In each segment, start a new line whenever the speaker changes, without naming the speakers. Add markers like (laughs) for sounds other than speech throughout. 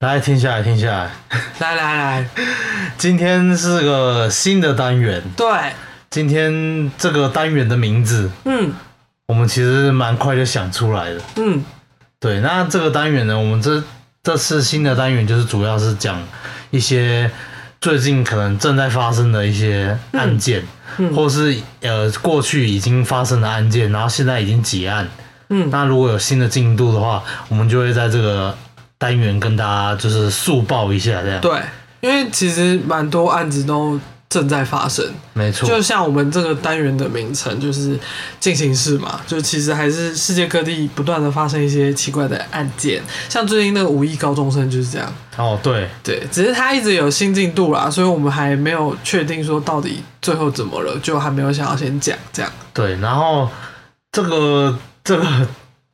来，听下来，听下来。
来来来，
今天是个新的单元，
对，
今天这个单元的名字，
嗯
我们其实蛮快就想出来的。
嗯，
对，那这个单元呢，我们这这次新的单元就是主要是讲一些最近可能正在发生的一些案件，
嗯
或是呃过去已经发生的案件，然后现在已经结案。
嗯
那如果有新的进度的话，我们就会在这个单元跟大家就是速报一下，这样。，
对，因为其实蛮多案子都正在发生，
没错。
就像我们这个单元的名称就是进行式嘛，就其实还是世界各地不断的发生一些奇怪的案件，像最近那个五亿高中生就是这样，
哦，对，
对，只是他一直有新进度啦，所以我们还没有确定说到底最后怎么了，就还没有想要先讲这样，
对，然后这个这个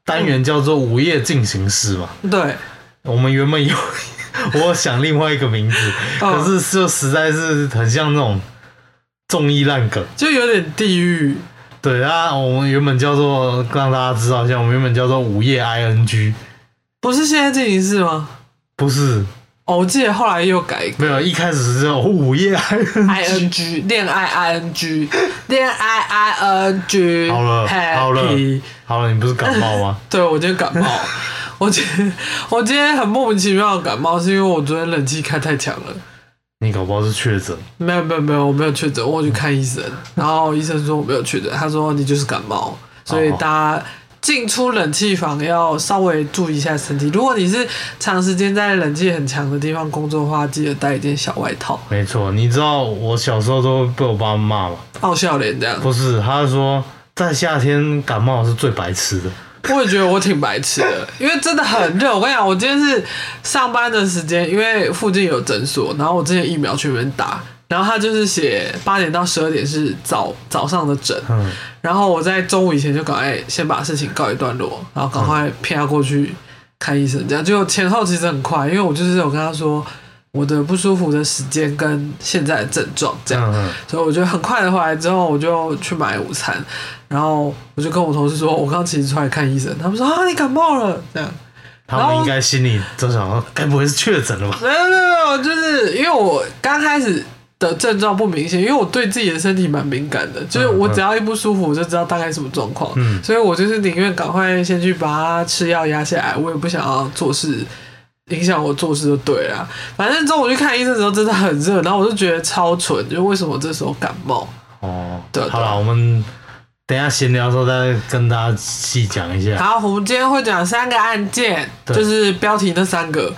单元叫做午夜进行式嘛，
对，
我们原本有 (laughs) 我想另外一个名字，
哦
可是就实在是很像那种综艺烂梗。
就有点地狱，
对啊，我们原本叫做让大家知道一下，我们原本叫做午夜 ING，
不是现在进行式吗？
不是
哦，我记得后来又改
没有一开始是叫午夜 ING。
I N G 恋爱 I N G 恋爱 I N G
好了
happy
好了好了，你不是感冒吗？
对我今天感
(laughs)
冒，我今天我今天很莫名其妙的感冒，是因为我昨天冷气开太强了。
你搞不好是确诊。
没有没有没有，我没有确诊，我有去看医生，然后医生说我没有确诊，他说哦你就是感冒，所以
哦
大家进出冷气房要稍微注意一下身体。如果你是长时间在冷气很强的地方工作的话，记得带一件小外套，
没错，你知道我小时候都被我爸妈骂吗？
傲笑脸这样。
不是，他是说在夏天感冒是最白痴的。
我也觉得我挺白痴的，因为真的很热。我跟你讲，我今天是上班的时间，因为附近有诊所，然后我之前疫苗去那边打，然后他就是写八点到十二点是早早上的诊，
嗯，
然后我在中午以前就赶快先把事情告一段落，然后赶快骗他过去看医生，这样就前后其实很快，因为我就是有跟他说我的不舒服的时间跟现在的症状这样，
嗯嗯
所以我就很快的回来之后，我就去买午餐，然后我就跟我同事说，我刚其实出来看医生，他们说啊你感冒了这样，
他
然
们
后
应该心里都想说，该不会是确诊了吧？
没有没有没有，就是因为我刚开始的症状不明显，因为我对自己的身体蛮敏感的，就是我只要一不舒服，我就知道大概什么状况，
嗯
所以我就是宁愿赶快先去把它吃药压下来，我也不想要做事。影响我做事就对了，啊反正之后我去看医生的时候真的很热，然后我就觉得超蠢，就为什么这时候感冒？
哦，
对对
好了，我们等一下闲聊的时候再跟大家细讲一下。
好，我们今天会讲三个案件，
对
就是标题那三个，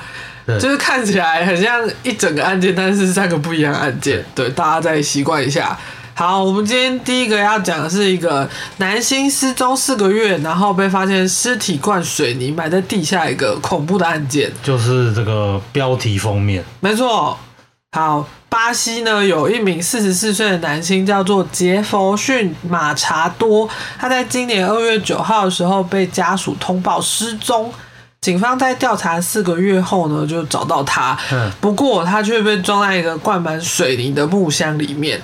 对
就是看起来很像一整个案件，但是是三个不一样的案件，对，大家再习惯一下。好，我们今天第一个要讲的是一个男星失踪四个月，然后被发现尸体灌水泥埋在地下一个恐怖的案件。
就是这个标题封面，
没错，好，巴西呢有一名四十四岁的男星叫做杰佛逊·马查多，他在今年二月九号的时候被家属通报失踪。警方在调查四个月后呢，就找到他，
嗯
不过他却被装在一个灌满水泥的木箱里面，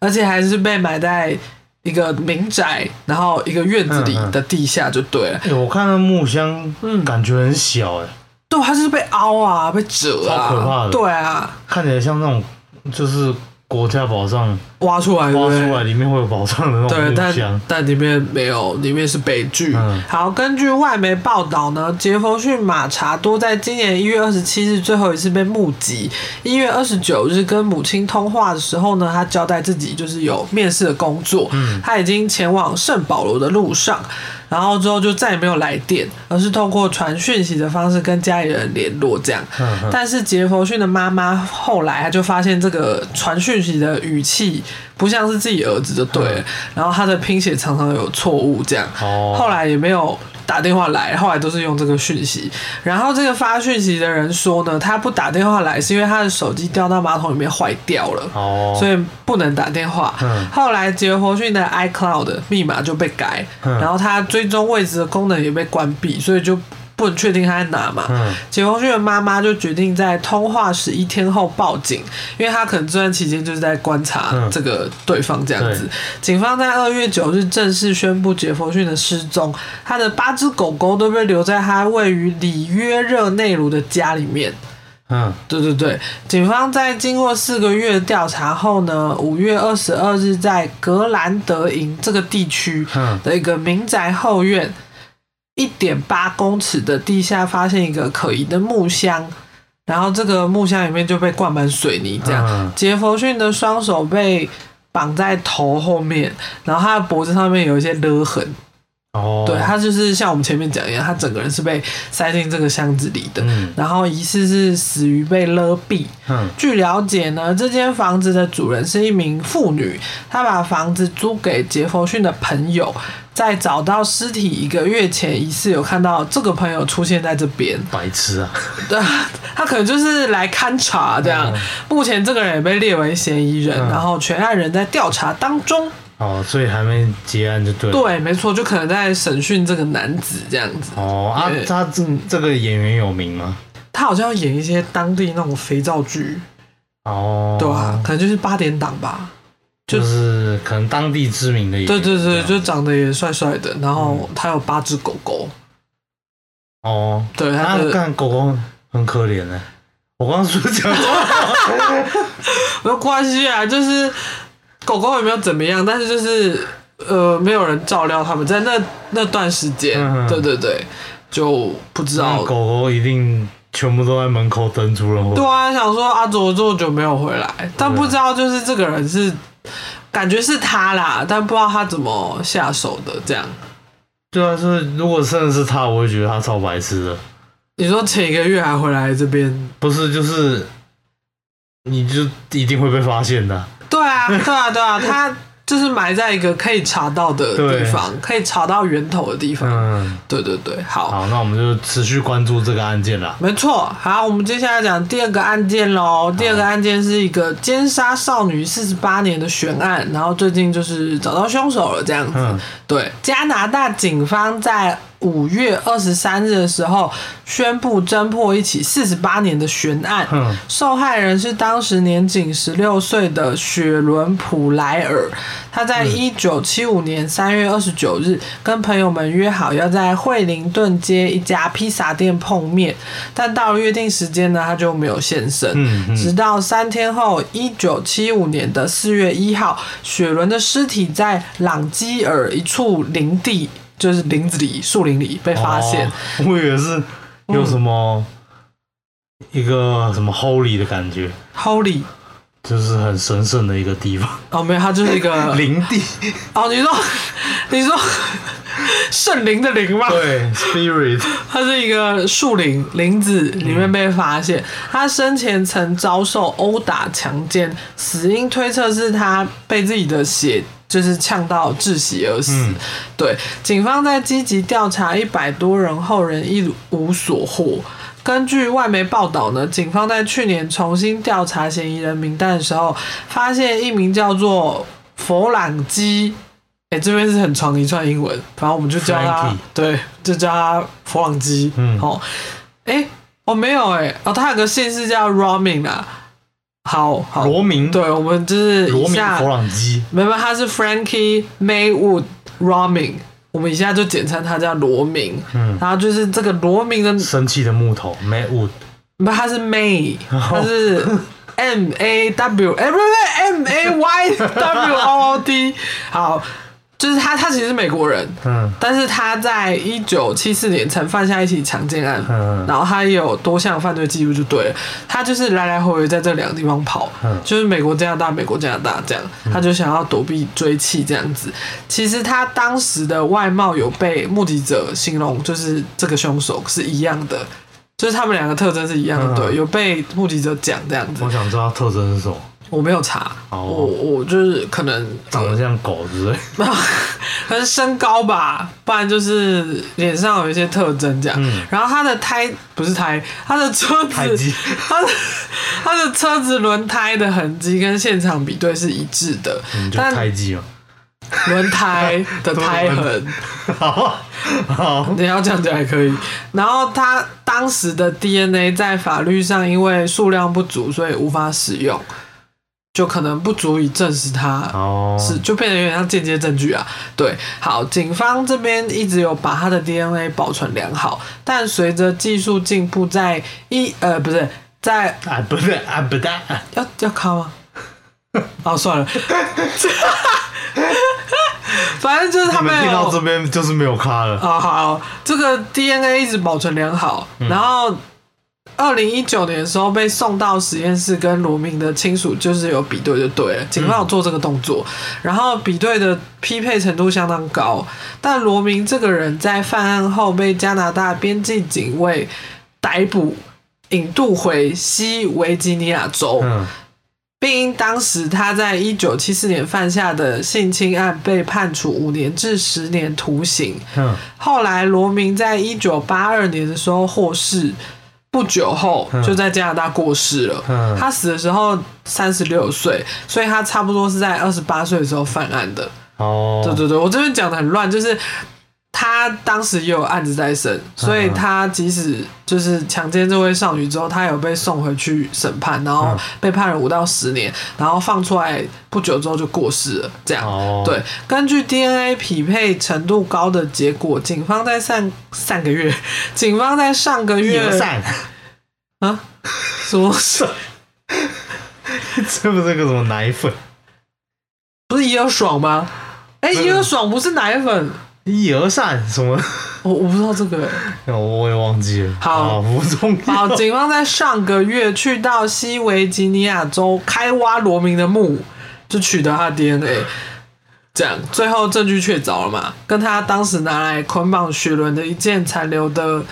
而且还是被埋在一个民宅，然后一个院子里
嗯嗯
的地下就对了。
哎，我看那木箱，感觉很小，哎，
对，他就是被凹啊，被折啊，
超可怕的
对啊，
看起来像那种就是国家宝藏
挖出来，
挖
对不对
出来，里面会有宝藏的那种
对，
木
但
箱。
但里面没有，里面是悲剧。
嗯
好，根据外媒报道呢，杰佛逊马查多在今年一月二十七日最后一次被目击。一月二十九日跟母亲通话的时候呢，他交代自己就是有面试的工作，
嗯
他已经前往圣保罗的路上，然后之后就再也没有来电，而是透过传讯息的方式跟家里人联络这样。
嗯嗯
但是杰佛逊的妈妈后来，她就发现这个传讯息的语气不像是自己儿子就对了，然后他的拼写常常有错误，这样，
嗯哦
后来也没有。打电话来，后来都是用这个讯息。然后这个发讯息的人说呢，他不打电话来是因为他的手机掉到马桶里面坏掉了。
哦，
所以不能打电话。
嗯
后来杰佛逊的 iCloud 密码就被改，
嗯
然后它追踪位置的功能也被关闭，所以就不能确定他在哪嘛。
嗯
杰佛逊的妈妈就决定在通话十一天后报警，因为她可能这段期间就是在观察
嗯
这个对方这样子。
对
警方在二月九日正式宣布杰佛逊的失踪，他的八只狗狗都被留在他位于里约热内卢的家里面。
嗯
对对对，警方在经过四个月的调查后呢，五月二十二日在格兰德营这个地区
嗯
的一个民宅后院，一点八公尺的地下发现一个可疑的木箱，然后这个木箱里面就被灌满水泥，这样，
嗯
杰佛逊的双手被绑在头后面，然后他的脖子上面有一些勒痕，
哦，
对他就是像我们前面讲一样，他整个人是被塞进这个箱子里的，
嗯
然后疑似是死于被勒毙。
嗯
据了解呢，这间房子的主人是一名妇女，她把房子租给杰佛逊的朋友，在找到尸体一个月前，疑似有看到这个朋友出现在这边。 (laughs)
白痴啊，
对，他可能就是来勘察这样。
嗯
目前这个人也被列为嫌疑人，
嗯
然后全案人在调查当中。
哦，所以还没结案就对了。
对，没错，就可能在审讯这个男子这样子。
哦啊
对，
他这这个演员有名吗？
他好像要演一些当地那种肥皂剧，
哦，
对啊，可能就是八点档吧。就
就是可能当地知名的演员。
对对
这
对，
样
就长得也帅帅的，然后他有八只狗狗，
哦，
对，他
啊
的、，
干狗狗很可怜呢。我刚刚说讲错，
(laughs) 没有关系啊，就是狗狗也没有怎么样，但是就是呃，没有人照料他们，在那那段时间，
嗯嗯
对对对，就不知
那
道。
狗狗一定全部都在门口等主人回
对啊，想说阿卓这么久没有回来，但不知道就是这个人是，感觉是他啦，但不知道他怎么下手的。这样，
对啊，就是如果真的是他，我会觉得他超白痴的。
你说前一个月还回来这边，
不是，就是你就一定会被发现的。
对啊， (laughs) 对啊，对啊，他就是埋在一个可以查到的地
对
方，可以查到源头的地方。
嗯，
对对对，好，
好，那我们就持续关注这个案件啦。
没错。好，我们接下来讲第二个案件喽。第二个案件是一个奸杀少女四十八年的悬案，然后最近就是找到凶手了，这样子。
嗯
对，加拿大警方在五月二十三日的时候宣布侦破一起四十八年的悬案，
哼，
受害人是当时年仅十六岁的雪伦普莱尔，他在
嗯
一九七五年三月二十九日跟朋友们约好要在惠灵顿街一家披萨店碰面，但到了约定时间呢，他就没有现身。
嗯嗯
直到三天后，一九七五年的四月一号，雪伦的尸体在朗基尔一处林地，就是林子里、树林里被发现。
哦我以为是有什么、一个什么 holy 的感觉，
Holy，
就是很神圣的一个地
(laughs)
方，
哦，没有，他就是一个
灵地。
哦，你说， (laughs) 你说圣灵的灵吗？
对，spirit。
它是一个树林林子里面被发现，他生前曾遭受殴打、强奸，死因推测是他被自己的血。就是呛到窒息而死。
嗯
对，警方在积极调查一百多人后，仍一无所获。根据外媒报道呢，警方在去年重新调查嫌疑人名单的时候，发现一名叫做佛朗基，哎、这边是很长一串英文，反正我们就叫他
Frankie
对，就叫他佛朗基。
嗯
哦，哎、哦没有哎、哦，他有个姓氏叫 Romin 啊。好好，
罗明
对，我们就是以
罗密
下
佛朗基。
没有，他是 Frankie Maywood Romin，我们以下就简称他叫罗明。
嗯
然后就是这个罗明的
生气的木头，Mad Wood，
不，他是 May，他
哦 (laughs)
是 M A W，哎、不不不 M A Y W O O D，好，就是他，他其实是美国人，
嗯
但是他在一九七四年曾犯下一起强奸案，
嗯
然后他也有多项犯罪记录，就对了。他就是来来回回在这两个地方跑，
嗯
就是美国、加拿大、美国、加拿大这样，嗯他就想要躲避追妻这样子。其实他当时的外貌有被目击者形容，就是这个凶手是一样的，就是他们两个特征是一样的，
嗯
对，有被目击者讲这样子
我。想知道特征是什么，
我没有查，
哦
我我就是可能
长得像狗之类。
(laughs) 可能身高吧，不然就是脸上有一些特征这样。
嗯
然后他的胎不是胎，他的车
胎
子
记，
他的他的车子轮胎的痕迹跟现场比对是一致的，
你嗯就
但
胎记嘛。
轮胎的胎痕，
(laughs) 好，好，
你要这样讲也可以。然后他当时的 DNA 在法律上因为数量不足，所以无法使用，就可能不足以证实他
哦，
是就变得有点像间接证据啊。对，好，警方这边一直有把他的 DNA 保存良好，但随着技术进步，在一呃不是在
啊，不对
哎
啊，不对，啊
要要卡吗？ (laughs) 哦，算了， (laughs) 反正就是他
你
们
们听到
有
这边就是没有咖了。
啊、好，这个 DNA 一直保存良好，然后。二零一九年的时候被送到实验室，跟罗明的亲属就是有比对就对了，警方有做这个动作，然后比对的匹配程度相当高。但罗明这个人在犯案后被加拿大边境警卫逮捕，引渡回西维吉尼亚州。
嗯，
并因当时他在一九七四年犯下的性侵案被判处五年至十年徒刑。
嗯，
后来罗明在一九八二年的时候获释，不久后
嗯
就在加拿大过世了。
嗯
他死的时候三十六岁，所以他差不多是在二十八岁的时候犯案的。
哦，
对对对，我这边讲的很乱，就是他当时也有案子在
嗯
审，所以他即使就是强奸这位少女之后，他有被送回去审判，然后
嗯
被判了五到十年，然后放出来不久之后就过世了，这样。
哦，
对，，根据 DNA 匹配程度高的结果，警方在上上个月，警方在上个
一
月
而散，
啊，什么 (laughs) 事？
这不是个什么奶粉，
不是也有爽吗？哎、
嗯
也有爽不是奶粉，
一而散什么？ (laughs)
我我不知道这个、哎
我我也忘记了，
好
啊不重要。
好，警方在上个月去到西维吉尼亚州开挖罗明的墓，就取得他的 DNA，这样最后证据确凿了嘛？跟他当时拿来捆绑雪伦的一件残留的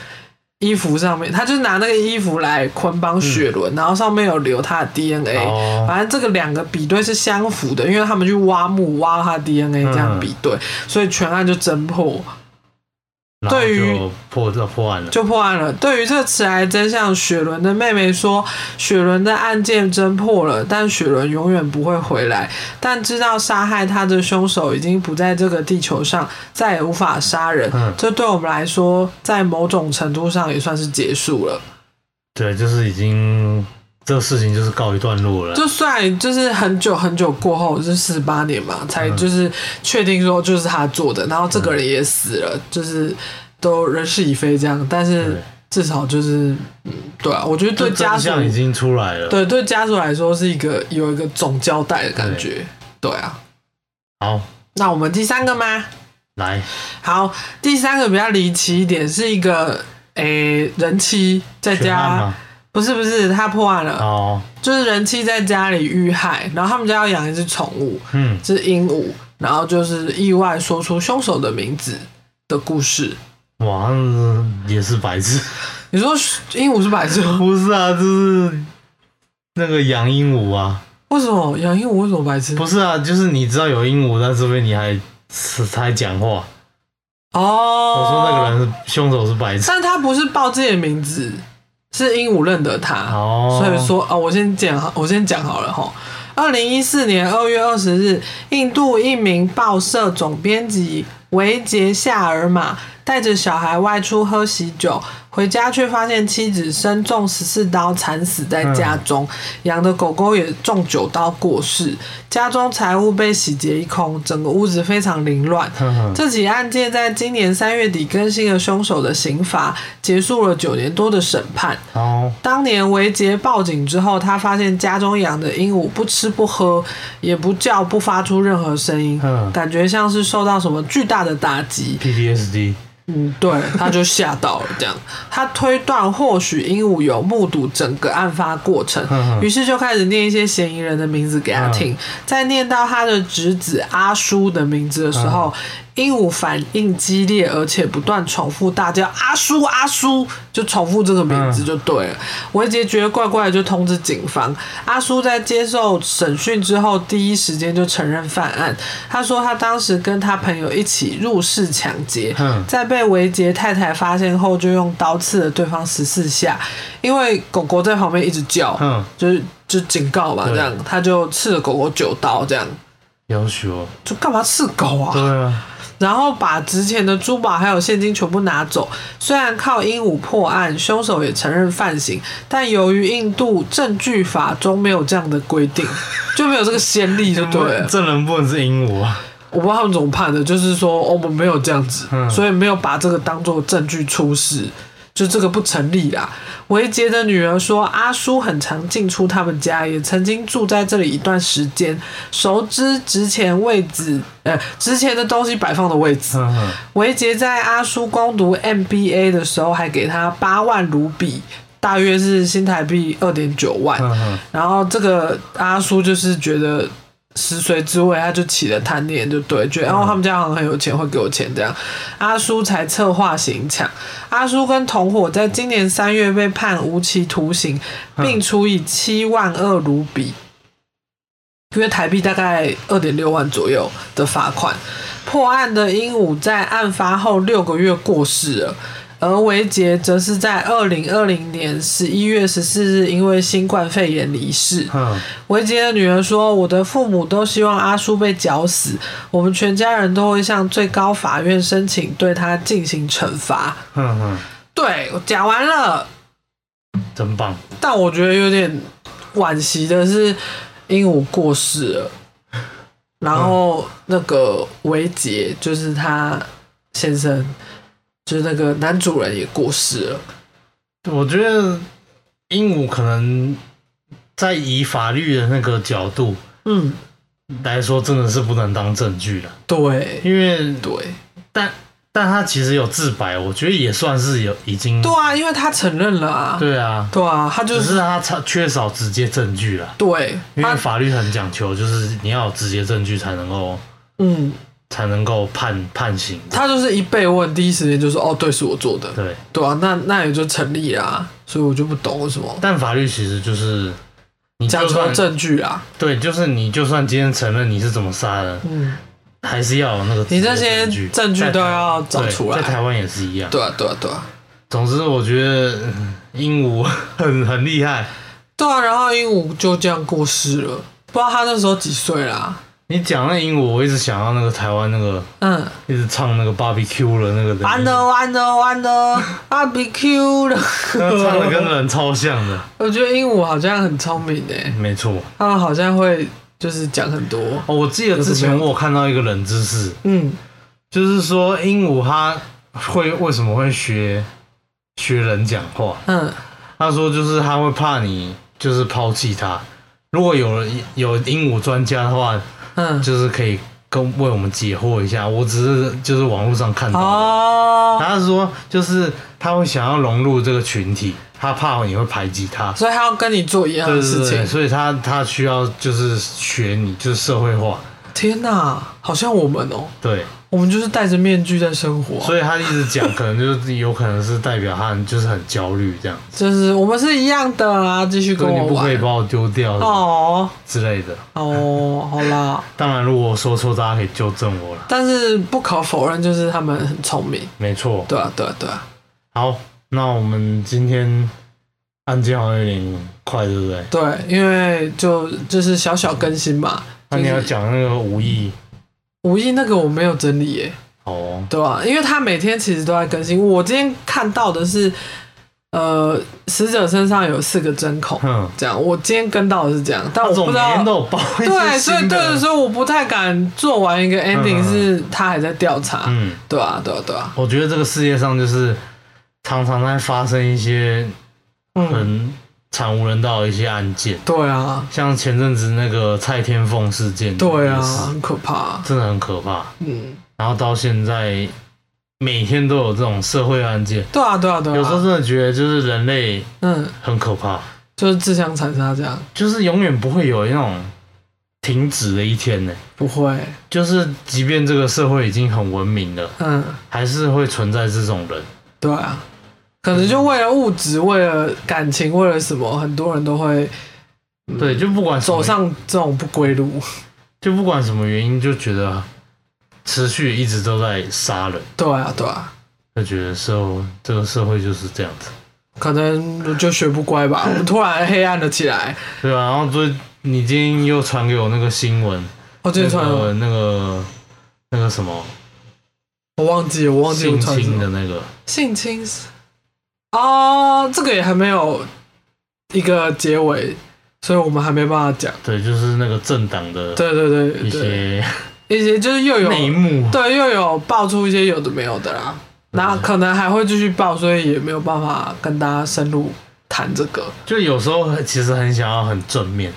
衣服上面，他就拿那个衣服来捆绑雪伦，然后上面有留他的 DNA，、
哦
反正这个两个比对是相符的，因为他们去挖墓挖他的 DNA 这样比对，所以全案就侦破。
(laughs) 然后
对于
就破这破案了，
就破案了。对于这迟来真相，雪伦的妹妹说，雪伦的案件侦破了，但雪伦永远不会回来。但知道杀害他的凶手已经不在这个地球上，再也无法杀人。
嗯
这对我们来说，在某种程度上也算是结束了。
对，就是已经这个事情就是告一段落了。
就虽然就是很久很久过后，就是四十八年嘛，才就是确定说就是他做的，然后这个人也死了，就是都人事已非这样，但是
对。
至少就是，嗯，对啊，我觉得对
这
家
真
属
相已经出来了。
对对家属来说是一个有一个总交代的感觉。对啊，
好，
那我们第三个吗？
来，
好，第三个比较离奇一点，是一个诶、人妻在
全案
家
吗，？
不是不是他破案了，
哦，
就是人妻在家里遇害，然后他们家要养一只宠物，
嗯，
是鹦鹉，然后就是意外说出凶手的名字的故事。
哇，那也是白痴。
你说鹦鹉是白痴吗？
不是啊，就是那个养鹦鹉啊，
为什么养鹦鹉为什么白痴？
不是啊，就是你知道有鹦鹉，但是被你还还讲话。
哦，
我说那个人是凶手是白痴。
但他不是报自己的名字，是鹦鹉认得他，
哦
所以说啊、我先讲好，我先讲好了哈。二零一四年二月二十日，印度一名报社总编辑维杰夏尔马带着小孩外出喝喜酒，回家却发现妻子身中十四刀惨死在家中，养的狗狗也中九刀过世，家中财物被洗劫一空，整个屋子非常凌乱。
哼哼
(laughs) 这起案件在今年三月底更新了凶手的刑罚，结束了九年多的审判。
哦，
当年维杰报警之后，他发现家中养的鹦鹉不吃不喝，也不叫，不发出任何声音，
嗯
感觉像是受到什么巨大的打击。
，PTSD，
嗯，对，他就吓到了。这样，他推断或许鹦鹉有目睹整个案发过程
嗯，嗯
于是就开始念一些嫌疑人的名字给他听。在念到他的侄子阿叔的名字的时候，
嗯
鹦鹉反应激烈，而且不断重复大叫“阿叔阿叔”，就重复这个名字就
嗯
对了。维杰觉得怪怪的，就通知警方。阿叔在接受审讯之后，第一时间就承认犯案。他说他当时跟他朋友一起入室抢劫，
嗯
在被维杰太太发现后，就用刀刺了对方十四下，因为狗狗在旁边一直叫，
嗯
就是就警告嘛，
对
这样他就刺了狗狗九刀，这样
要求，
就干嘛刺狗啊？
对啊，
然后把值钱的珠宝还有现金全部拿走。虽然靠鹦鹉破案，凶手也承认犯行，但由于印度证据法中没有这样的规定，就没有这个先例，就对了。
证人不能是鹦鹉啊，
我不知道他们怎么判的，就是说、哦我们没有这样子，
嗯
所以没有把这个当做证据出示，就这个不成立啦。维杰的女儿说，阿叔很常进出他们家，也曾经住在这里一段时间，熟知值钱位置，呃，值钱的东西摆放的位置。
哼哼，
维杰在阿叔攻读 MBA 的时候，还给他八万卢比，大约是新台币二点九万。
哼哼，
然后这个阿叔就是觉得食髓知味，他就起了贪念，就对，觉得哦他们家好像很有钱，会给我钱这样。阿叔才策划行抢。阿叔跟同伙在今年三月被判无期徒刑，并处以七万二卢比。约台币大概二点六万左右的罚款。破案的鹦鹉在案发后六个月过世了，而维杰则是在二零二零年十一月十四日因为新冠肺炎离世。
哼，
维杰的女儿说：“我的父母都希望阿叔被绞死，我们全家人都会向最高法院申请对他进行惩罚。
哼哼，
对”对我讲完了，
真棒，
但我觉得有点惋惜的是，鹦鹉过世了，然后那个维杰就是他先生，就是那个男主人也过世了。
我觉得鹦鹉可能在以法律的那个角度
嗯，
来说，真的是不能当证据了，
对
因为
对
但但他其实有自白，我觉得也算是有已经
对啊，因为他承认了啊，
对啊，
对啊，他就
只
是
是他差缺少直接证据啦，
对
因为
他
法律很讲求，就是你要有直接证据才能够
嗯，
才能够判判刑。
他就是一被问，第一时间就说哦，对，是我做的，
对，
对啊，那那也就成立啦。所以我就不懂为什么
但法律其实就是你
讲
就
求
算
证据啊，
对，就是你就算今天承认你是怎么杀的，
嗯，
还是要有那个
你这
直接
些
证据
证据
在台
都要找
对
出来
在台湾也是一样。
对啊，对啊，对啊。
总之，我觉得嗯鹦鹉很很厉害。
对啊，然后鹦鹉就这样过世了，不知道他那时候几岁啦。
你讲那鹦鹉，我一直想要那个台湾那个
嗯，
一直唱那个 barbecue 的那个人，
完了完了完 (laughs) 了，barbecue 了。
唱的跟人超像的，
(laughs) 我觉得鹦鹉好像很聪明诶，
没错。
它们好像会就是讲很多。
哦，我记得之前我有看到一个冷知识，
嗯
就是说鹦鹉它会为什么会学学人讲话？
嗯
他说就是他会怕你就是抛弃它。如果有人有鹦鹉专家的话，
嗯。
就是可以跟为我们解惑一下。我只是就是网络上看到的，
哦，
(laughs) 他说就是他会想要融入这个群体，他怕你会排挤他。
所以它要跟你做一样
对
的
对
事
对对，
情。
所以他他需要就是学你，就是社会化。
天哪，好像我们哦，
对，
我们就是戴着面具在生活啊，
所以他一直讲，可能就是有可能是代表他就是很焦虑这样，
就是我们是一样的啊。继续跟
所以你
我
不可以
玩。
把我丢掉
哦
之类的。
哦，好啦，
当然，如果我说错，大家可以纠正我了。
但是不可否认，就是他们很聪明。
没错。
对啊，对啊，对啊。
好，那我们今天案件好像有点快，对不对？
对，因为就就是小小更新嘛。
那
就
你要
是
讲那个无意，
无意那个我没有整理耶，
哦，
对啊，因为他每天其实都在更新。我今天看到的是，呃，死者身上有四个针孔，
嗯
这样。我今天跟到的是这样，但
那
我
总
不知
每天都
道。
有报一些
对，所以
新
对
的，
所以我不太敢做完一个 ending，、
嗯
是他还在调查。
嗯，
对啊，对啊，对啊。
我觉得这个世界上就是常常在发生一些
嗯，
很惨无人道的一些案件，
对啊，
像前阵子那个蔡天凤事件，
对啊
也，是
很可怕。
真的很可怕。
嗯，
然后到现在每天都有这种社会案件，
对啊，对啊，对啊。
有时候真的觉得就是人类
嗯，
很可怕，
就是自相残杀这样，
就是永远不会有那种停止的一天呢。
不会。
就是即便这个社会已经很文明了，
嗯，
还是会存在这种人。
对啊，可能就为了物质，为了感情，为了什么，很多人都会嗯
对，就不管什么
走，上这种不归路。
就不管什么原因，就觉得持续一直都在杀人，
对啊，对啊，
就觉得社会这个社会就是这样子，
可能就学不乖吧。我们突然黑暗了起来。
对啊吧、然后最你今天又传给我那个新闻，
我今天传
那
了，
个那个那个什么。
我忘记了，我忘记我
性
传什
侵
么
的。那个，
性侵是哦，这个也还没有一个结尾，所以我们还没办法讲。
对，就是那个政党的
对对对
一
对，
些
一些就是又有
内幕。
对，又有爆出一些有的没有的啦，那可能还会继续爆，所以也没有办法跟大家深入谈这个。
就有时候其实很想要很正面，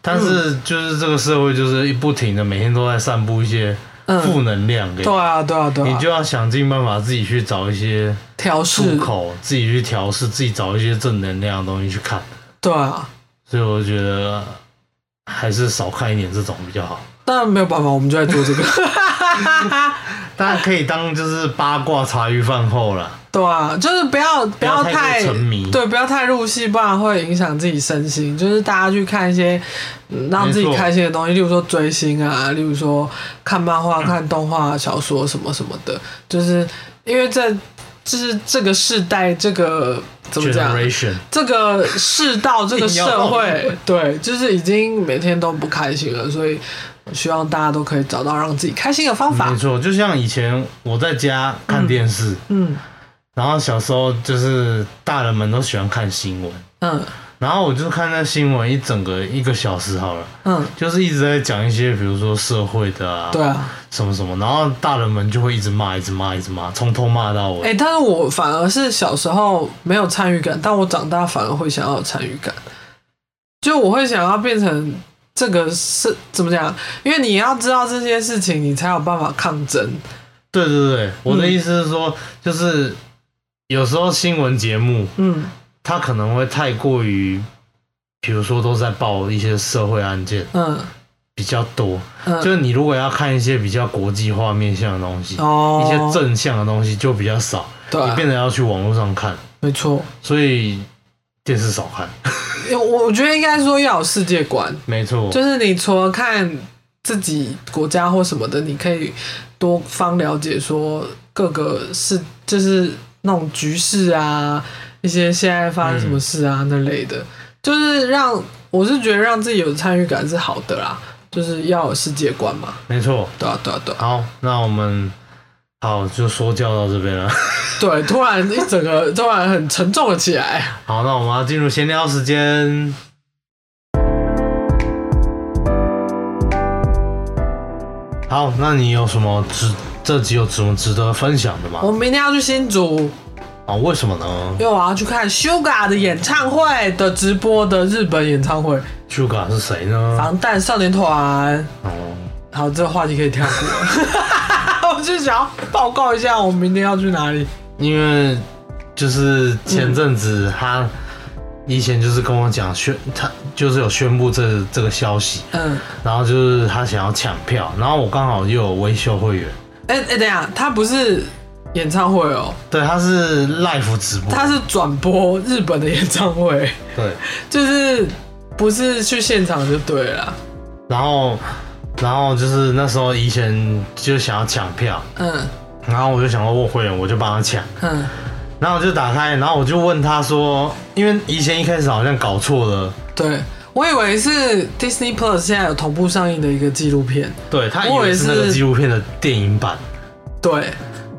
但
嗯
是就是这个社会就是一不停的每天都在散布一些负
嗯，
能量给你，
对啊，对啊，对
你
啊
就，要想尽办法自己去找一些
调
出
试，
口，自己去调试，自己找一些正能量的东西去看。
对啊，
所以我觉得还是少看一点这种比较好。
但没有办法，我们就在做这个。
当然可以当就是八卦茶余饭后
(laughs)
啦，
对啊，就是不要不
要
要
太过
太
沉迷
对，不要太入戏，不然会影响自己身心。就是大家去看一些、嗯让自己
没错
开心的东西，例如说追星啊，例如说看漫画、看动画、小说什么什么的。就是因为这，就是这个世代，这个怎么讲？
(laughs) generation
这个世道，这个
硬要
社
弄
会，对，就是已经每天都不开心了，所以我希望大家都可以找到让自己开心的方法
没。错，就像以前我在家看电视，
嗯
然后小时候就是大人们都喜欢看新闻，
嗯
然后我就看那新闻一整个一个小时好了，
嗯，
就是一直在讲一些比如说社会的啊，
对啊。
什么什么，然后大人们就会一直骂，一直骂，一直骂，从头骂到尾。
哎、但是我反而是小时候没有参与感，但我长大反而会想要有参与感，就我会想要变成这个是怎么讲？因为你要知道这些事情，你才有办法抗争。
对对对，我
嗯
的意思是说，就是有时候新闻节目
嗯
它可能会太过于，比如说都在报一些社会案件
嗯
比较多，
嗯，
就是你如果要看一些比较国际化面向的东西，
哦，
一些正向的东西就比较少，
对
你
啊，
变得要去网络上看，
没错。
所以电视少看，
我我觉得应该说要有世界观，
没错，
就是你除了看自己国家或什么的，你可以多方了解说各个是就是那种局势啊，一些现在发生什么事啊、那类的，就是让我是觉得让自己有参与感是好的啦，就是要有世界观嘛，
没错。
对啊对啊对啊，
好，那我们好就说教到这边了。
对，突然一整个 (laughs) 突然很沉重了起来，
好，那我们要进入闲聊时间。好，那你有什么值这集有什么值得分享的吗
我？明天要去新竹。
啊，为什么呢
因为我要去看 Suga 的演唱会的直播的日本演唱会，
？Suga 是谁呢？
防弹少年团。
哦，
好，这个话题可以跳过。 (laughs) 我就想要报告一下，我明天要去哪里。
因为就是前阵
嗯
子他以前就是跟我讲宣，他就是有宣布这这个消息，
嗯，
然后就是他想要抢票，然后我刚好又有维修会员，
哎、哎、等一下，他不是演唱会哦，
对，他是 live 直播，
他是转播日本的演唱会，
对，
就是不是去现场就对了啦。
然后然后就是那时候以前就想要抢票，
嗯
然后我就想说我会员我就帮他抢，
嗯
然后我就打开，然后我就问他说，因为以前一开始好像搞错了，
对我以为是 Disney Plus 现在有同步上映的一个纪录片，
对他以
我以
为
为
是那个
是
纪录片的电影版。
对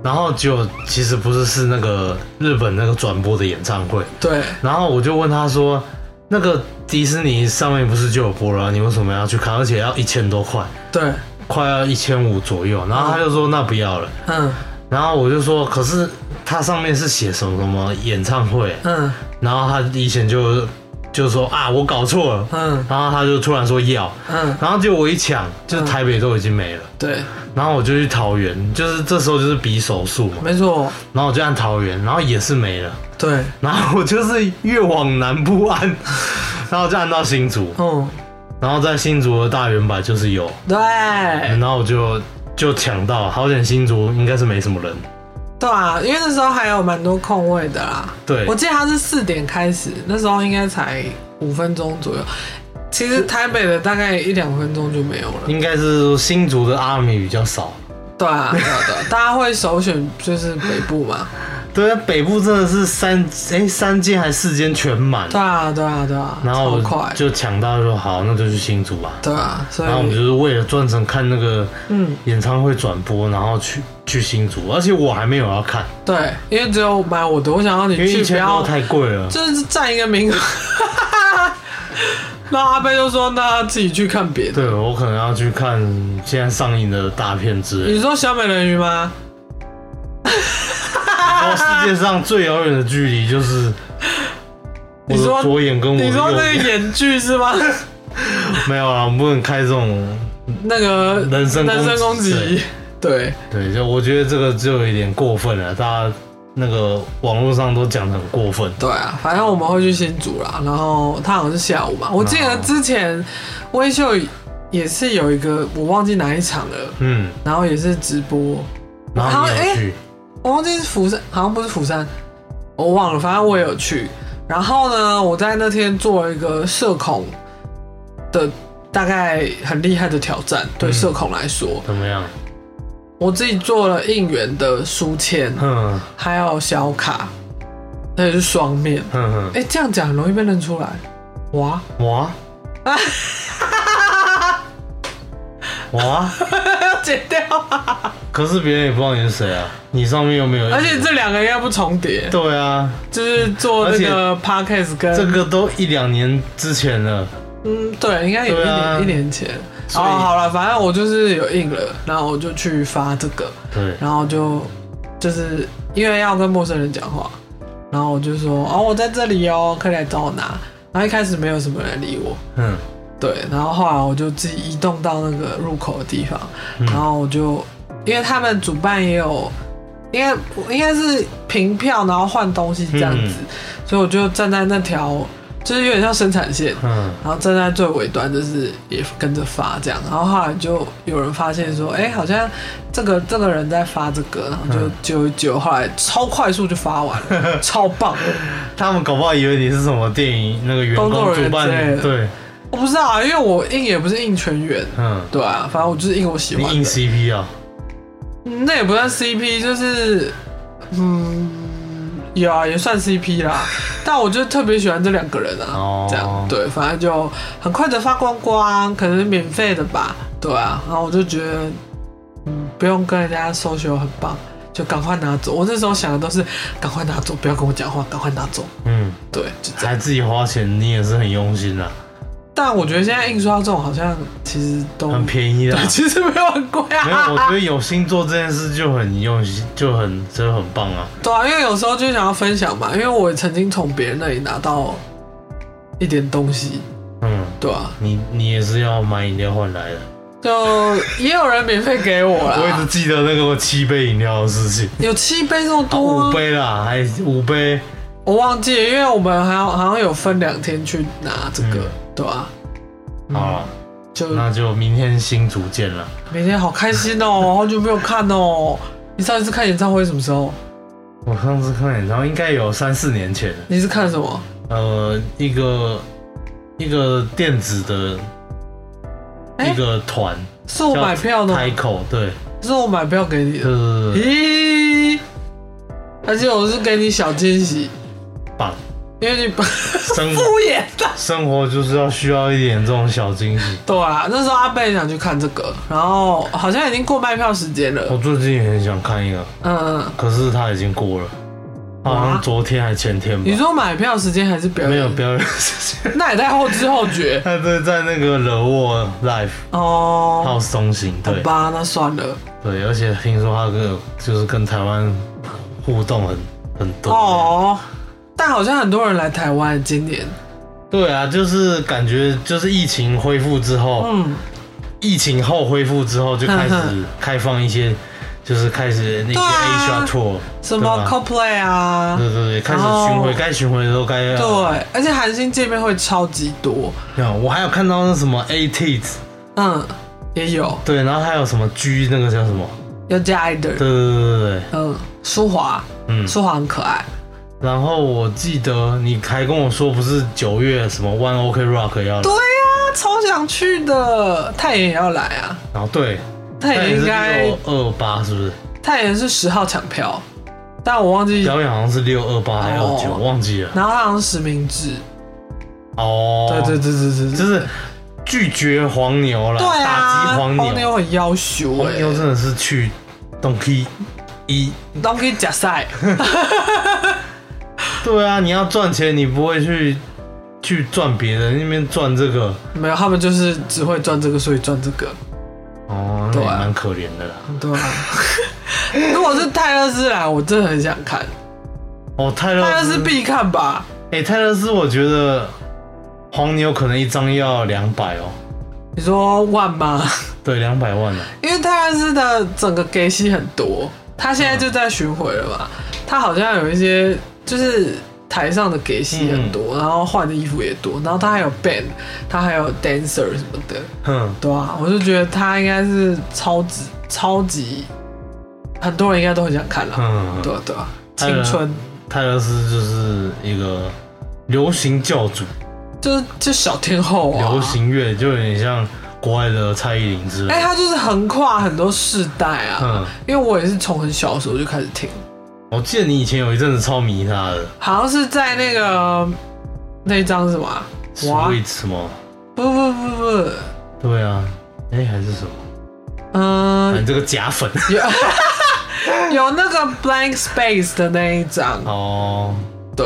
然后就其实不是是那个日本那个转播的演唱会，
对，
然后我就问他说，那个迪士尼上面不是就有播了啊，你为什么要去看？而且要一千多块，
对，
快要一千五左右。然后他就说那不要了，
嗯
然后我就说可是它上面是写什么什么演唱会，
嗯
然后他以前就就说啊我搞错了，
嗯
然后他就突然说要，
嗯，
然后就我一抢，就是台北都已经没了。
对，
然后我就去桃园，就是这时候就是比手速嘛，
没错，
然后我就按桃园，然后也是没了，
对，
然后我就是越往南部按，然后就按到新竹，
嗯
然后在新竹的大圆柏就是有，
对，
然后我就就抢到，好险新竹应该是没什么人，
对啊，因为那时候还有蛮多空位的啦。
对
我，记得他是四点开始，那时候应该才五分钟左右。其实台北的大概一两分钟就没有了。
应该是新竹的阿米比较少，
对啊，对啊，对啊大家会首选就是北部嘛。
对，啊北部真的是三哎三间还四间全满，
对啊，对啊，对啊，
然后
超
我
快。
就抢到说好，那就去新竹吧，
对啊，所
然后我们就
以
是为了专程看那个
嗯，
演唱会转播，然后去去新竹，而且我还没有要看，
对，因为只有买我的，我想要你
因为
去
一
不
千多
要，
太贵了。
就是占一个名额。 (laughs) 那阿贝就说：“那自己去看别的。
对，我可能要去看现在上映的大片”之类
你
的。
说小美人鱼吗？啊
然后世界上最遥远的距离就是我
你说
的左眼跟我的
你说那个
右眼。
演剧是吗？
没有啊，我们不能开这种。
那个
(laughs) 人身攻击
人身攻击，对
对，就我觉得这个就有一点过分了，大家那个网络上都讲的很过分。
对啊，反正我们会去新竹啦。然后他好像是下午吧，我记得之前微秀也是有一个，我忘记哪一场了，
嗯，
然后也是直播，
然后你有
哎
去，
我忘记是釜山，好像不是釜山，我忘了，反正我也有去。然后呢，我在那天做了一个社恐的大概很厉害的挑战，对
嗯
社恐来说，
怎么样？
我自己做了应援的书签，
哼
还有小卡，那也是双面。
哼
哎、这样讲很容易被认出来。哇，
哼，
(laughs)
哇哇！
要剪掉啊！
可是别人也不知道你是谁啊，你上面又没有一个？
而且这两个应该不重叠，
对啊，
就是做那个 podcast 跟
这个都一两年之前了，
嗯，对，应该有一
对
年、
啊
一年前。哦，
所以
好了，反正我就是有印了，然后我就去发这个，
对，
然后就就是因为要跟陌生人讲话，然后我就说哦，我在这里哦，可以来找我拿。然后一开始没有什么人理我，
嗯，
对，然后后来我就自己移动到那个入口的地方，然后我就因为他们主办也有，应该应该是凭票然后换东西这样子，所以我就站在那条就是有点像生产线，
嗯，
然后站在最尾端就是也跟着发这样，然后后来就有人发现说，哎、好像这个这个人在发这个，然后就揪一揪，后来超快速就发完了，超棒的。
他们搞不好以为你是什么电影那个员工
工作人
主
员
办
之类，的
对，
我不知道啊，因为我印也不是印全员。
嗯，
对啊，反正我就是印我喜
你
欢的。
硬 CP 啊，
嗯那也不算 CP，就是嗯，有啊，也算 CP 啦。但我就特别喜欢这两个人啊，
哦
这样对，反正就很快的发光光，可能是免费的吧，对啊。然后我就觉得，嗯，不用跟人家 social 很棒，就赶快拿走。我那时候想的都是赶快拿走，不要跟我讲话，赶快拿走。
嗯，
对，就这样。
还自己花钱，你也是很用心啊，
但我觉得现在印刷这种好像其实都
很便宜的
对，。其实没有很贵
(laughs)
啊。
没有，我觉得有心做这件事就很用心，就很就很棒啊。
对啊，因为有时候就想要分享嘛，因为我也曾经从别人那里拿到一点东西，
嗯，
对啊，
你你也是要买饮料换来的。
就也有人免费给
(laughs)
我
我一直
啦，
记得那个七杯饮料的事情，
有七杯这么多、
五杯啦，还五杯，
我忘记了，因为我们好像好像有分两天去拿这个，对啊，
好了，
就
嗯那就明天新竹见了。
每天好开心哦，好久没有看哦。你上一次看演唱会什么时候？
我上次看演唱会应该有三四年前了，
你是看什么？
呃，一个一个电子的
哎
一个团，
是我
叫
买票的吗，
开口，对，
是我买票给你的。
就是
咦，而且我是给你小惊喜，
棒，
因为你
(laughs)
不
生
敷衍啊的。
生活就是要需要一点这种小惊
(laughs)
喜。
对啊，那时候阿贝想去看这个，然后好像已经过卖票时间了。
我最近也很想看一个，
嗯，嗯
可是它已经过了，它好
哇
像昨天还前天吧
你，说买票时间还是表演？
没有，表演时间。
那也太后知后
(laughs)
觉
他对在那个惹沃 Life
哦。
号松行，
好
对
吧，那算了。
对，而且听说他个就是跟台湾互动很很多。
哦，但好像很多人来台湾今年。
对啊，就是感觉就是疫情恢复之后，
嗯，
疫情后恢复之后就开
哼
始开放一些，就是开始那些
对啊
Asia Tour，
什
对嗯
么
吧
CoPlay 啊，
对对对，开始
然
巡
后
回，该巡回的时候该要。
对，而且韩星见面会超级多。
那我还有看到那什么 ATs，
嗯，也有
对，然后还有什么 G 那个叫什么？
要加爱的人。
对对对对对，
嗯，舒华，
嗯。
舒华很可爱。
然后我记得你还跟我说，不是九月什么 One OK Rock 要来
对，呀、超想去的。泰妍也要来啊，
然后对，
泰
那
妍
也是
应该
六二八是不是？
泰妍是十号抢票，但我忘记。
表演好像是六二八还是二九，
哦
忘记了。
然后他好像实名制。
哦，
对对对对
就
对对。
是拒绝黄牛啦，
对啊，
打击黄牛，黄牛
很要求哎、欸，
真的是去东 K 一，
都可以假赛。 (laughs)
对啊，你要赚钱，你不会去去赚别人那边赚这个，
没有，他们就是只会赚这个，所以赚这个。
哦，那也
对啊
蛮可怜的啦。
对
(laughs)
啊。如果是泰勒斯来，我真的很想看。
哦，泰勒
泰勒斯
斯，
必看吧？
哎、泰勒斯，我觉得黄牛可能一张要两百哦，
你说万吗？
对，两百万了。啊
因为泰勒斯的整个 gay 戏很多，他现在就在巡回了嘛。
嗯
他好像有一些就是台上的 gay 戏很多，
嗯
然后换的衣服也多，然后他还有 band，他还有 dancer 什么的。
哼，
对啊，我就觉得他应该是超级超级，很多人应该都很想看了。
嗯，
对啊对啊，
泰勒
青春
泰勒斯就是一个流行教主，
就是就小天后啊。
流行乐就有点像国外的蔡依林之类
哎，
的。
他就是横跨很多世代啊，
嗯，
因为我也是从很小的时候就开始听，
我记得你以前有一阵子超迷他的
好像是在那个那张是什么啊？哇，
，Sweet 什么？
不不不不，
对啊，哎、还是什么？
嗯、
啊、你这个假粉
有有那个 blank space 的那一张，
(laughs) 哎哦，
对，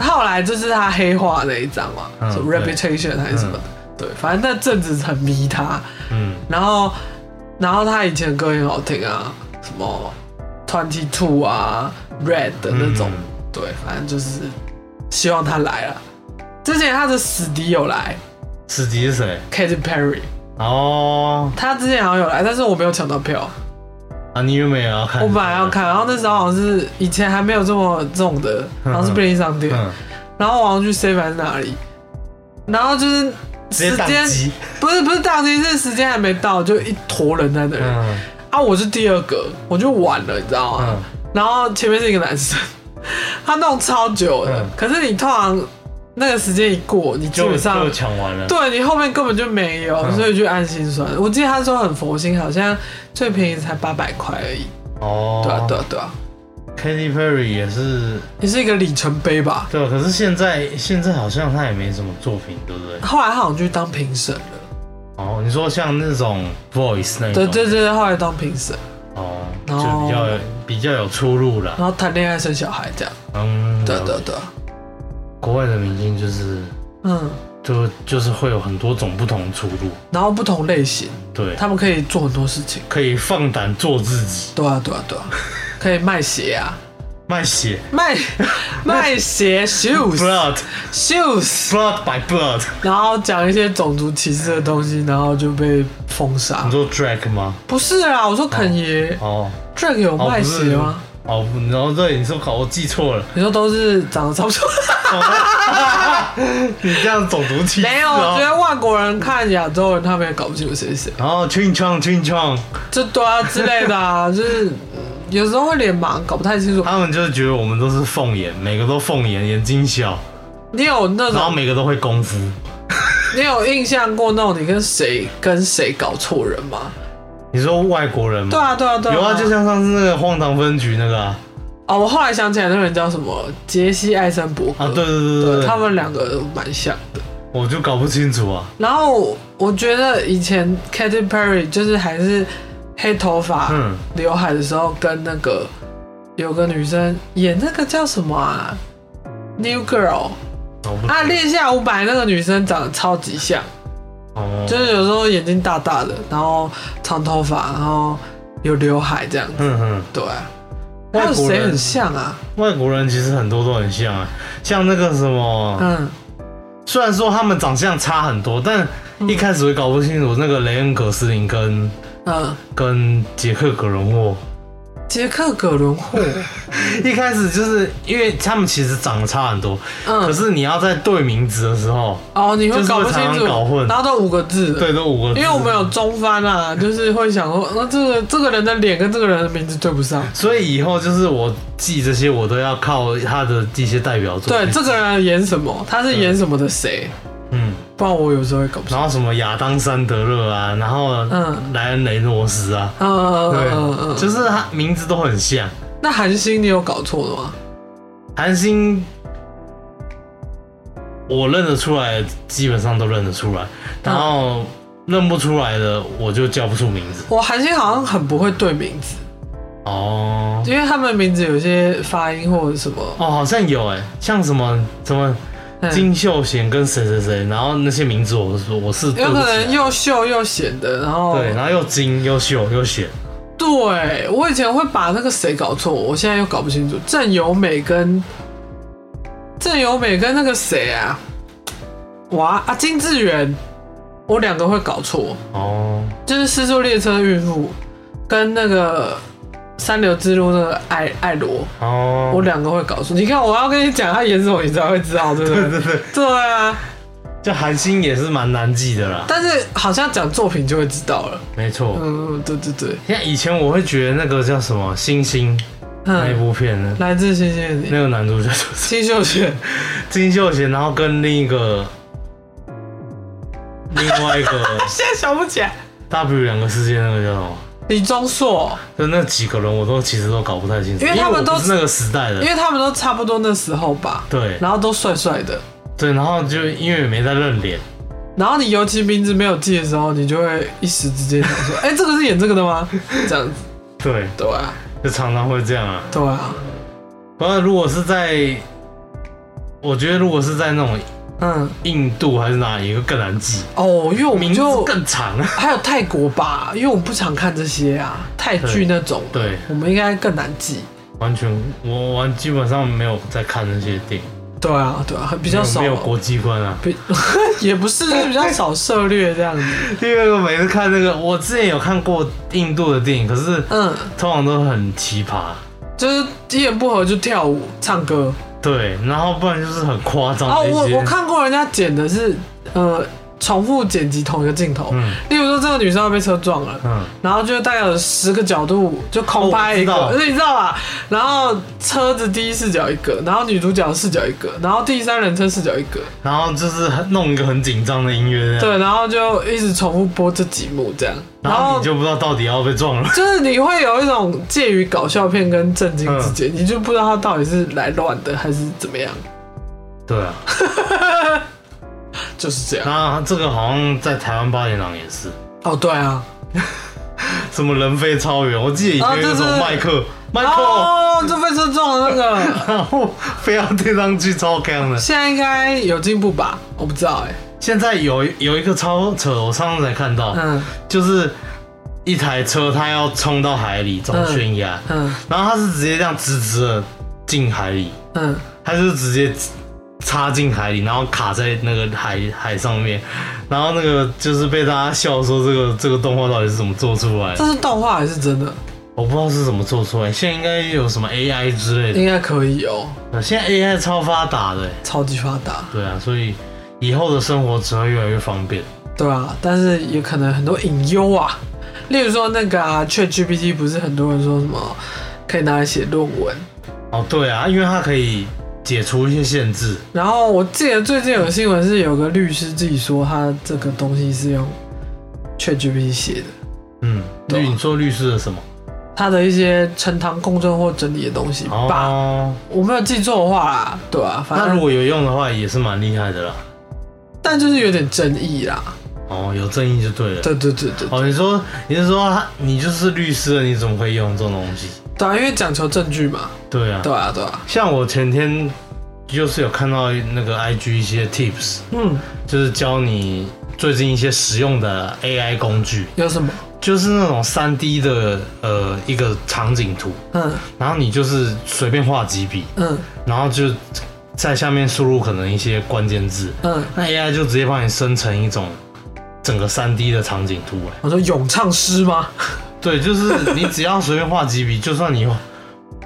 后来就是他黑化那一张嘛，
嗯
什么
对
reputation 还是什么的，对，反正那阵子很迷他，
嗯，
然后然后他以前的歌也很好听啊，什么 Twenty Two 啊，Red 的那种，
嗯
对，反正就是希望他来了。之前他的死敌有来
司机是谁？
，Katy Perry，
哦，
他之前好像有来，但是我没有抢到票，
啊，你有没有要看？
我本来要，看，然后那时候好像是以前还没有这么重的，好像是便利商店，
嗯，
然后我好像去 C 还是哪里，然后就是
直
时
接宕
间
机，
不是不是宕机，是时间还没到，就一坨人在那里、
嗯
啊！我是第二个，我就晚了，你知道吗？
嗯
然后前面是一个男生， (laughs) 他弄超久的，
嗯
可是你通常那个时间一过，你基
就
本上
就抢完了。
对你后面根本就没有，
嗯
所以就按心酸。我记得他说很佛心，好像最便宜才八百块而已。
哦，
对啊对啊对啊，
，Katy Perry 也是，
也是一个里程碑吧。
对，啊可是现在现在好像他也没什么作品，对不对？
后来他好像去当评审了，
哦，你说像那种 Voice 那种，
对对，对，后来当评审，
哦，就
然
比
后
较有比较有出路啦。
然后谈恋爱生小孩这样。
嗯，
啊对对
了解，
对啊，
国外的明星就是
嗯。
就就是会有很多种不同出路，
然后不同类型，
对，
他们可以做很多事情。
可以放胆做自己，
对啊，对啊，
(laughs)
对啊，可以卖鞋啊，
卖血
卖卖鞋 shoes
，blood
shoes，
blood by blood。
然后讲一些种族歧视的东西，然后就被封杀
你。做 drag 吗？
不是啊，我说肯爷
哦，
Drake 有
哦
卖
不是
鞋吗？？
哦，不然后对你说搞我记错了，
你说都是长得差不多，
(laughs) 你这样种族歧视哦。
没有，我觉得外国人看亚洲人，他们也搞不清楚谁是谁，
然后 chin chong chin chong，
就对啊之类
(laughs)
的啊，就是嗯有时候会脸盲，搞不太清楚。
他们就是觉得我们都是凤眼，每个都凤眼，眼睛小，
你有那
然后
种
每个都会功夫。
你有印象过那种你跟谁跟谁搞错人吗？
你说外国人吗？
对啊，对啊，对啊。
有啊，就像上次那个荒唐分局那个啊，
哦，我后来想起来那个人叫什么杰西·艾森伯格，
啊，对对对
对
对，
他们两个都蛮像的。
我就搞不清楚啊，
然后我觉得以前 Katy Perry 就是还是黑头发、
嗯，
刘海的时候，跟那个有个女生演那个叫什么啊，New Girl
我不
啊，恋下五百那个女生长得超级像，
哦，
就是有时候眼睛大大的，然后长头发，然后有刘海这样。
嗯嗯，
对啊，还
外
有
国
谁
人
很像啊？
外国人其实很多都很像啊，像那个什么，
嗯，
虽然说他们长相差很多，但一开始会搞不清楚那个雷恩·葛斯林跟
嗯，
跟杰克·葛伦沃，
杰克·葛伦霍，
一开始就是因为他们其实长得差很多，可
嗯，
是你要在对名字的时候，
哦，你会
就是
搞
会
不
常
清
常
楚
搞混，
然后都五个字，，
对，都五个字，
因为我们有中翻啊，就是会想说，那、这个这个人的脸跟这个人的名字对不上，
所以以后就是我记这些，我都要靠他的一些代表作。
对，这个人演什么，他是演什么的谁，
嗯，
不然我有时候会搞不清
然
楚。
后什么亚当·山德勒啊，然后
嗯
莱恩·雷诺斯啊，
嗯嗯
对
嗯嗯，嗯，
就是他名字都很像。
那韩星你有搞错的吗？
韩星，我认得出来，基本上都认得出来，然后认不出来的，我就叫不出名字。
我韩星好像很不会对名字，
哦
因为他们名字有些发音或者什么，
哦，好像有哎，像什么什么
嗯
金秀贤跟谁谁谁，然后那些名字我我我是对
有
不
可
起
能
来。
又秀又显的，然后
对，然后又金又秀又贤，
对，我以前会把那个谁搞错，我现在又搞不清楚。郑有美跟郑有美跟那个谁啊？哇啊，金智媛，我两个会搞错，
哦，
就是《失速列车》的孕妇跟那个三流之路那个艾艾罗，
哦，
我两个会搞错。你看，我要跟你讲他演什么，你才会知道，对不 (laughs) 对？
对对，
对啊，
就韩星也是蛮难记的啦，
但是好像讲作品就会知道了。
没错。
嗯，对对对，
像以前我会觉得那个叫什么《星星》那一
嗯，
部片呢，
来自星星的你，
那个男主角就是 (laughs)
金秀贤，
金秀贤，然后跟另一个另外一
(laughs)
个
(laughs) 现在想不起来。
W 两个世界那个叫什么？
李钟硕，
就那几个人我都其实都搞不太清楚，
因为他们都
因为我不是那个时代
因
的。
为他们都差不多那时候吧，
对
然后都帅帅的，
对，然后就因为没在认脸，
然后你尤其名字没有记的时候，你就会一时之间想说，哎、这个是演这个的吗？这样子，
对，
对啊，
就常常会这样啊。
对啊，
不然如果是在，我觉得如果是在那种
嗯，
印度还是哪里，会更难记，
哦，因为我
名
们
字
就
更长。啊
还有泰国吧，因为我们不常看这些啊，泰剧那种，
对，
我们应该更难记。
完全我完基本上没有在看那些电影，
对啊，对啊，比较少
没，有没有国际观啊。
比 (laughs) 也不是，就是比较少涉略这样子。
(laughs) 第二个每次看那个，我之前有看过印度的电影，可是
嗯，
通常都很奇葩，
就是一言不合就跳舞、唱歌。
对，然后不然就是很夸张
哦，
的啊一些。
我我看过人家剪的是呃重复剪辑同一个镜头，
嗯
例如说这个女生要被车撞了，
嗯，
然后就大概有十个角度就空拍一个，
哦我知道
你知道吧？然后车子第一视角一个，然后女主角视角一个，然后第三人称视角一个，
然后就是很弄一个很紧张的音乐，，
对，然后就一直重复播这几幕这样，
然后你就不知道到底要被撞了。
就是你会有一种介于搞笑片跟震惊之
嗯
间，你就不知道他到底是来乱的还是怎么样，
对啊，
就是这样。
那这个好像在台湾八点档也是，
哦，对啊，
什么人飞超远，我记得以前有
啊
那
对对
种
对
麦克，麦克，
哦，就被车撞的那个。 (laughs)
然后飞到天上去超强的。
现在应该有进步吧？我不知道哎、
现在有有一个超扯，我上次才看到，
嗯
就是一台车它要冲到海里走悬崖，
嗯
然后它是直接这样直直的进海里，
嗯，
它就是直接插进海里，然后卡在那个海海上面，然后那个就是被大家笑说这个这个动画到底是怎么做出来的
这，是动画还是真的？
我不知道是怎么做出来，现在应该有什么 AI 之类
应该可以哦、
的，现在 AI 超发达的，
超级发达，
对啊，所以以后的生活只会越来越方便，
对啊，但是也可能很多隐忧啊，例如说那个
哦
啊，ChatGPT 不是很多人说什么可以拿来写论文，
哦，对啊，因为它可以解除一些限制，
然后我记得最近有新闻是有个律师自己说他这个东西是用 ChatGPT 写的，
嗯，
对啊
律你说律师的什么？
他的一些呈堂供证或整理的东西吧。
哦，
我没有记错的话啦，对啊，反
那如
正
果有用的话，也是蛮厉害的啦。
但就是有点争议啦。
哦，有正义就对了。
对啊对对对，
哦，你说你是说他你就是律师了，你怎么会用这种东西？
对啊，因为讲求证据嘛。
对啊，
对啊对啊，
像我前天就是有看到那个 IG 一些 tips，
嗯，
就是教你最近一些实用的 AI 工具，
有什么？
就是那种3 D 的呃一个场景图，
嗯
然后你就是随便画几笔，
嗯
然后就在下面输入可能一些关键字，
嗯，
那 AI 就直接帮你生成一种整个3 D 的场景图、哎。
我说咏唱诗吗？
对，就是你只要随便画几笔，就算你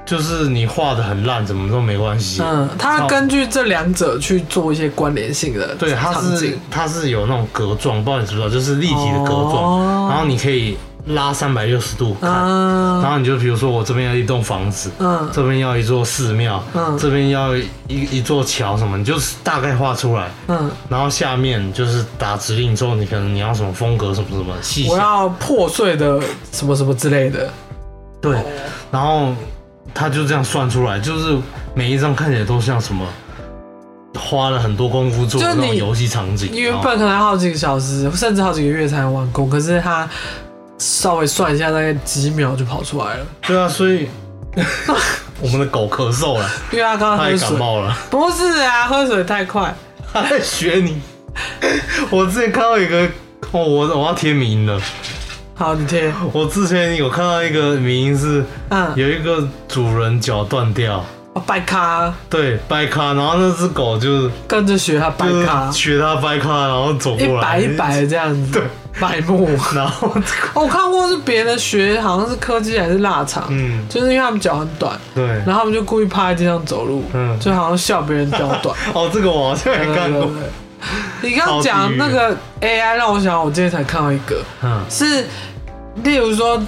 就是你画的很烂，怎么都没关系。
嗯，他根据这两者去做一些关联性的
对，它
场
是
景。
它是有那种格状，不知道你知不知道，就是立体的格状，
哦
然后你可以拉三百六十度看，然
啊，
后你就比如说我这边要一栋房子，
嗯
这边要一座寺庙，
嗯
这边要一一座桥什么，你就是大概画出来，
嗯，
然后下面就是打指令之后，你可能你要什么风格什么什么细
我
项，
要破碎的什么什么之类的。
对，
哦
然后他就这样算出来，就是每一张看起来都像什么花了很多功夫做的
就
那
你
种游戏场景。
原
然后
本可能好几个小时，甚至好几个月才能完工，可是他稍微算一下，大概几秒就跑出来了。
对啊，所以 (laughs) 我们的狗咳嗽了，
因 (laughs) 为他刚刚
它
喝
也感
水，
冒了，
不是啊，喝水太快。
它在学你。我之前看到一个，哦，我我要贴名了。
好，你贴，
我之前有看到一个名是
嗯，
有一个主人脚断掉，
哦掰咖，
对，掰咖，然后那只狗就是
跟着学他掰
就是
咖，
学它掰咖，然后走
一
过来，
摆一摆这样子，白目。
(laughs) 然后 (laughs)
哦我看过是别的学，好像是科技还是腊肠，
嗯，
就是因为他们脚很短，
对。
然后他们就故意趴在地上走路，
嗯
就好像笑别人脚
(laughs)
短。
哦，这个我好像也看
嗯对
过
对。对你刚刚讲那个 AI 让我想到，我今天才看到一个，
嗯，
是例如说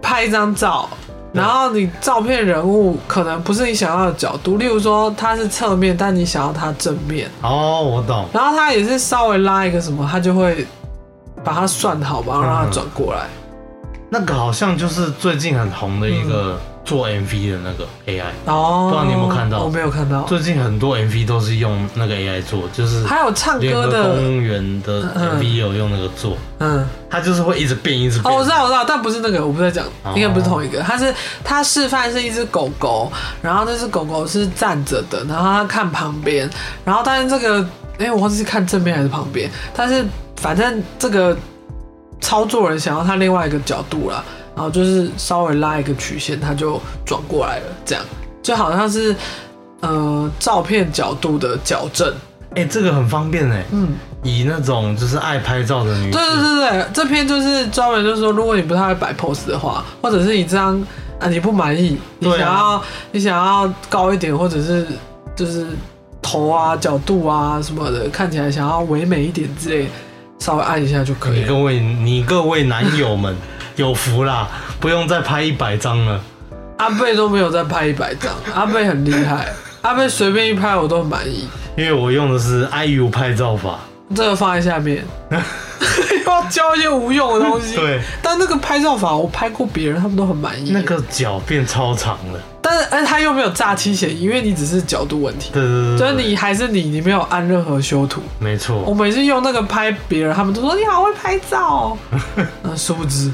拍一张照，
对
然后你照片人物可能不是你想要的角度，例如说它是侧面，但你想要它正面，
哦，我懂。
然后它也是稍微拉一个什么，它就会把它算好吧，然后
嗯
让它转过来。
那个好像就是最近很红的一
嗯
个做 MV 的那个 AI，、
哦，
不知道你有没有看到
我没有看到。
最近很多 MV 都是用那个 AI 做，就是
还有唱
联
歌
合
的，
公园的
嗯
MV 也有用那个做，
嗯，
它就是会一直变，一直变。
哦，我知道，我知道，但不是那个，我不在讲
哦，
应该不是同一个。它是它示范是一只狗狗，然后那只狗狗是站着的，然后它看旁边，然后但是这个，哎、我忘记是看正面还是旁边，但是反正这个操作人想要它另外一个角度啦，然后就是稍微拉一个曲线，它就转过来了，这样就好像是呃照片角度的矫正，
哎、这个很方便哎、
嗯。
以那种就是爱拍照的女士，
对对对对，这篇就是专门就是说，如果你不太会摆 pose 的话，或者是你这样啊你不满意，你
对啊
想要、你想要高一点，或者是就是头啊角度啊什么的，看起来想要唯美一点之类，稍微按一下就可以
你
了。
各位你各位男友们 (laughs) 有福啦，不用再拍一百张了。
阿贝都没有再拍一百
(laughs)
张，阿贝很厉害，阿贝随便一拍我都很满意。
因为我用的是 IU 拍照法，
这个放在
(laughs)
下面， (laughs) 要教一些无用的东西。
对，
但那个拍照法我拍过别人，他们都很满意。
那个脚变超长了。
但是，而哎且他又没有诈欺嫌疑，因为你只是角度问题，
对对对
就是
对，
你还是你，你没有按任何修图。
没错。
我每次用那个拍别人，他们都说你好会拍照、哦， (laughs) 嗯，殊不知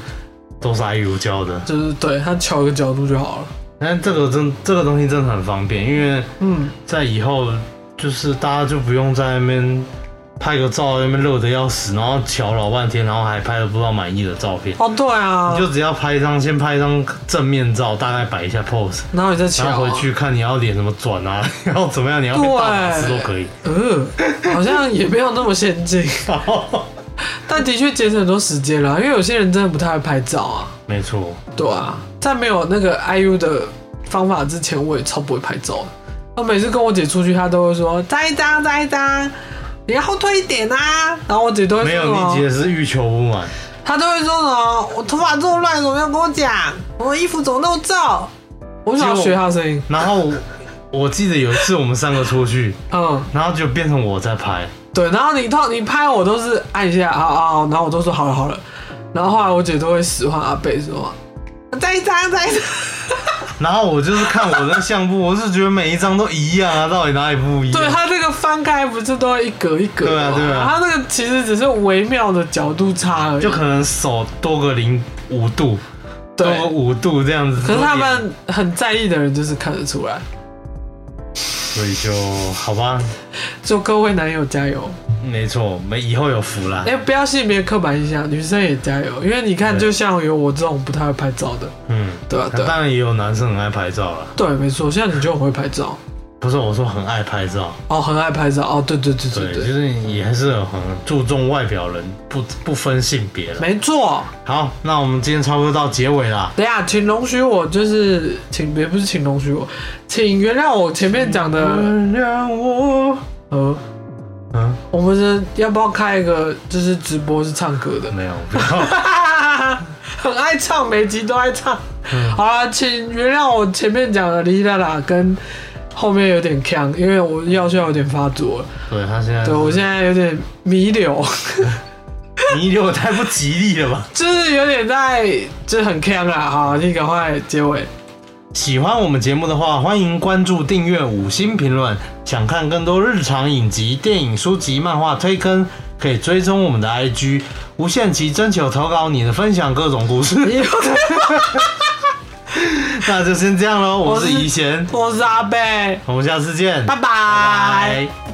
都是 IU 教的。
就是对他调一个角度就好了。
但这个真这个东西真的很方便，因为
嗯，
在以后就是大家就不用在那边拍个照，那边热的要死，然后瞧老半天，然后还拍了不知道满意的照片。
哦对啊
你，就只要拍一张，先拍一张正面照，大概摆一下 pose，
然后你再啊调、
然后回去看你要脸怎么转啊，然后怎么样， (laughs) 你要变大法师都可以。
呃，好像也没有那么先进，但的确节省很多时间啦。因为有些人真的不太会拍照啊，
(laughs) 没错，
对啊，在没有那个 IU 的方法之前，我也超不会拍照的。我每次跟我姐出去，她都会说摘一张，摘一张，你要后退一点啊。然后我姐都会说
没
什
有
么
你姐是欲求不满，
她都会说什么，我头发这么乱，怎么没有跟我讲？我衣服怎么那么皱？我想要学她的声音，
然后我我记得有一次我们三个出去，
嗯，
然后就变成我在拍，
对。然后你套你拍我都是按一下啊啊，啊然后我都说好了好了。然后后来我姐都会使唤阿贝说，再一张，再一张。
然后我就是看我的相簿，我是觉得每一张都一样啊，到底哪里不一
对
样？
它这个翻开不是都一格一格的吗？
对啊对啊
它那个其实只是微妙的角度差而已。
就可能手多个零五度，多
对，
个五度这样子。
可是他
多点，
们很在意的人就是看得出来。
所以就好吧，
祝各位男友加油！
没错，我们以后有福啦
哎、。不要性别刻板印象，女生也加油，因为你看，
嗯对
就像有我这种不太会拍照的，
嗯，
对啊，对啊，
当然也有男生很爱拍照啦。
对，没错，像你就很会拍照，
不是我说很爱拍照，
哦，很爱拍照，哦，对对对
对，
对
就
对，
是也还是很注重外表人，不不分性别了。
没错。
好，那我们今天差不多到结尾啦。
等一下，请容许我，就是请，也不是请容许我，请原谅我前面讲的，
原谅我，
呃，
嗯，
我们是要不要开一个就是直播是唱歌的？ (laughs)
没有，不要。
很爱唱，每集都爱唱。好了，请原谅我前面讲的哩啦啦跟后面有点呛，因为我药效有点发作了。
对他现在，
对我现在有点弥留， (laughs)
你有太不吉利了吧？
就是有点在，就是很呛啦。好，你赶快结尾。
喜欢我们节目的话，欢迎关注、订阅、五星评论。想看更多日常影集、电影、书籍、漫画推坑，可以追踪我们的 IG。无限期征求投稿你的分享各种故
(laughs)
事，那就先这样喽。我是
我是
怡贤，
我是阿贝，
我们下次见，
拜拜。
拜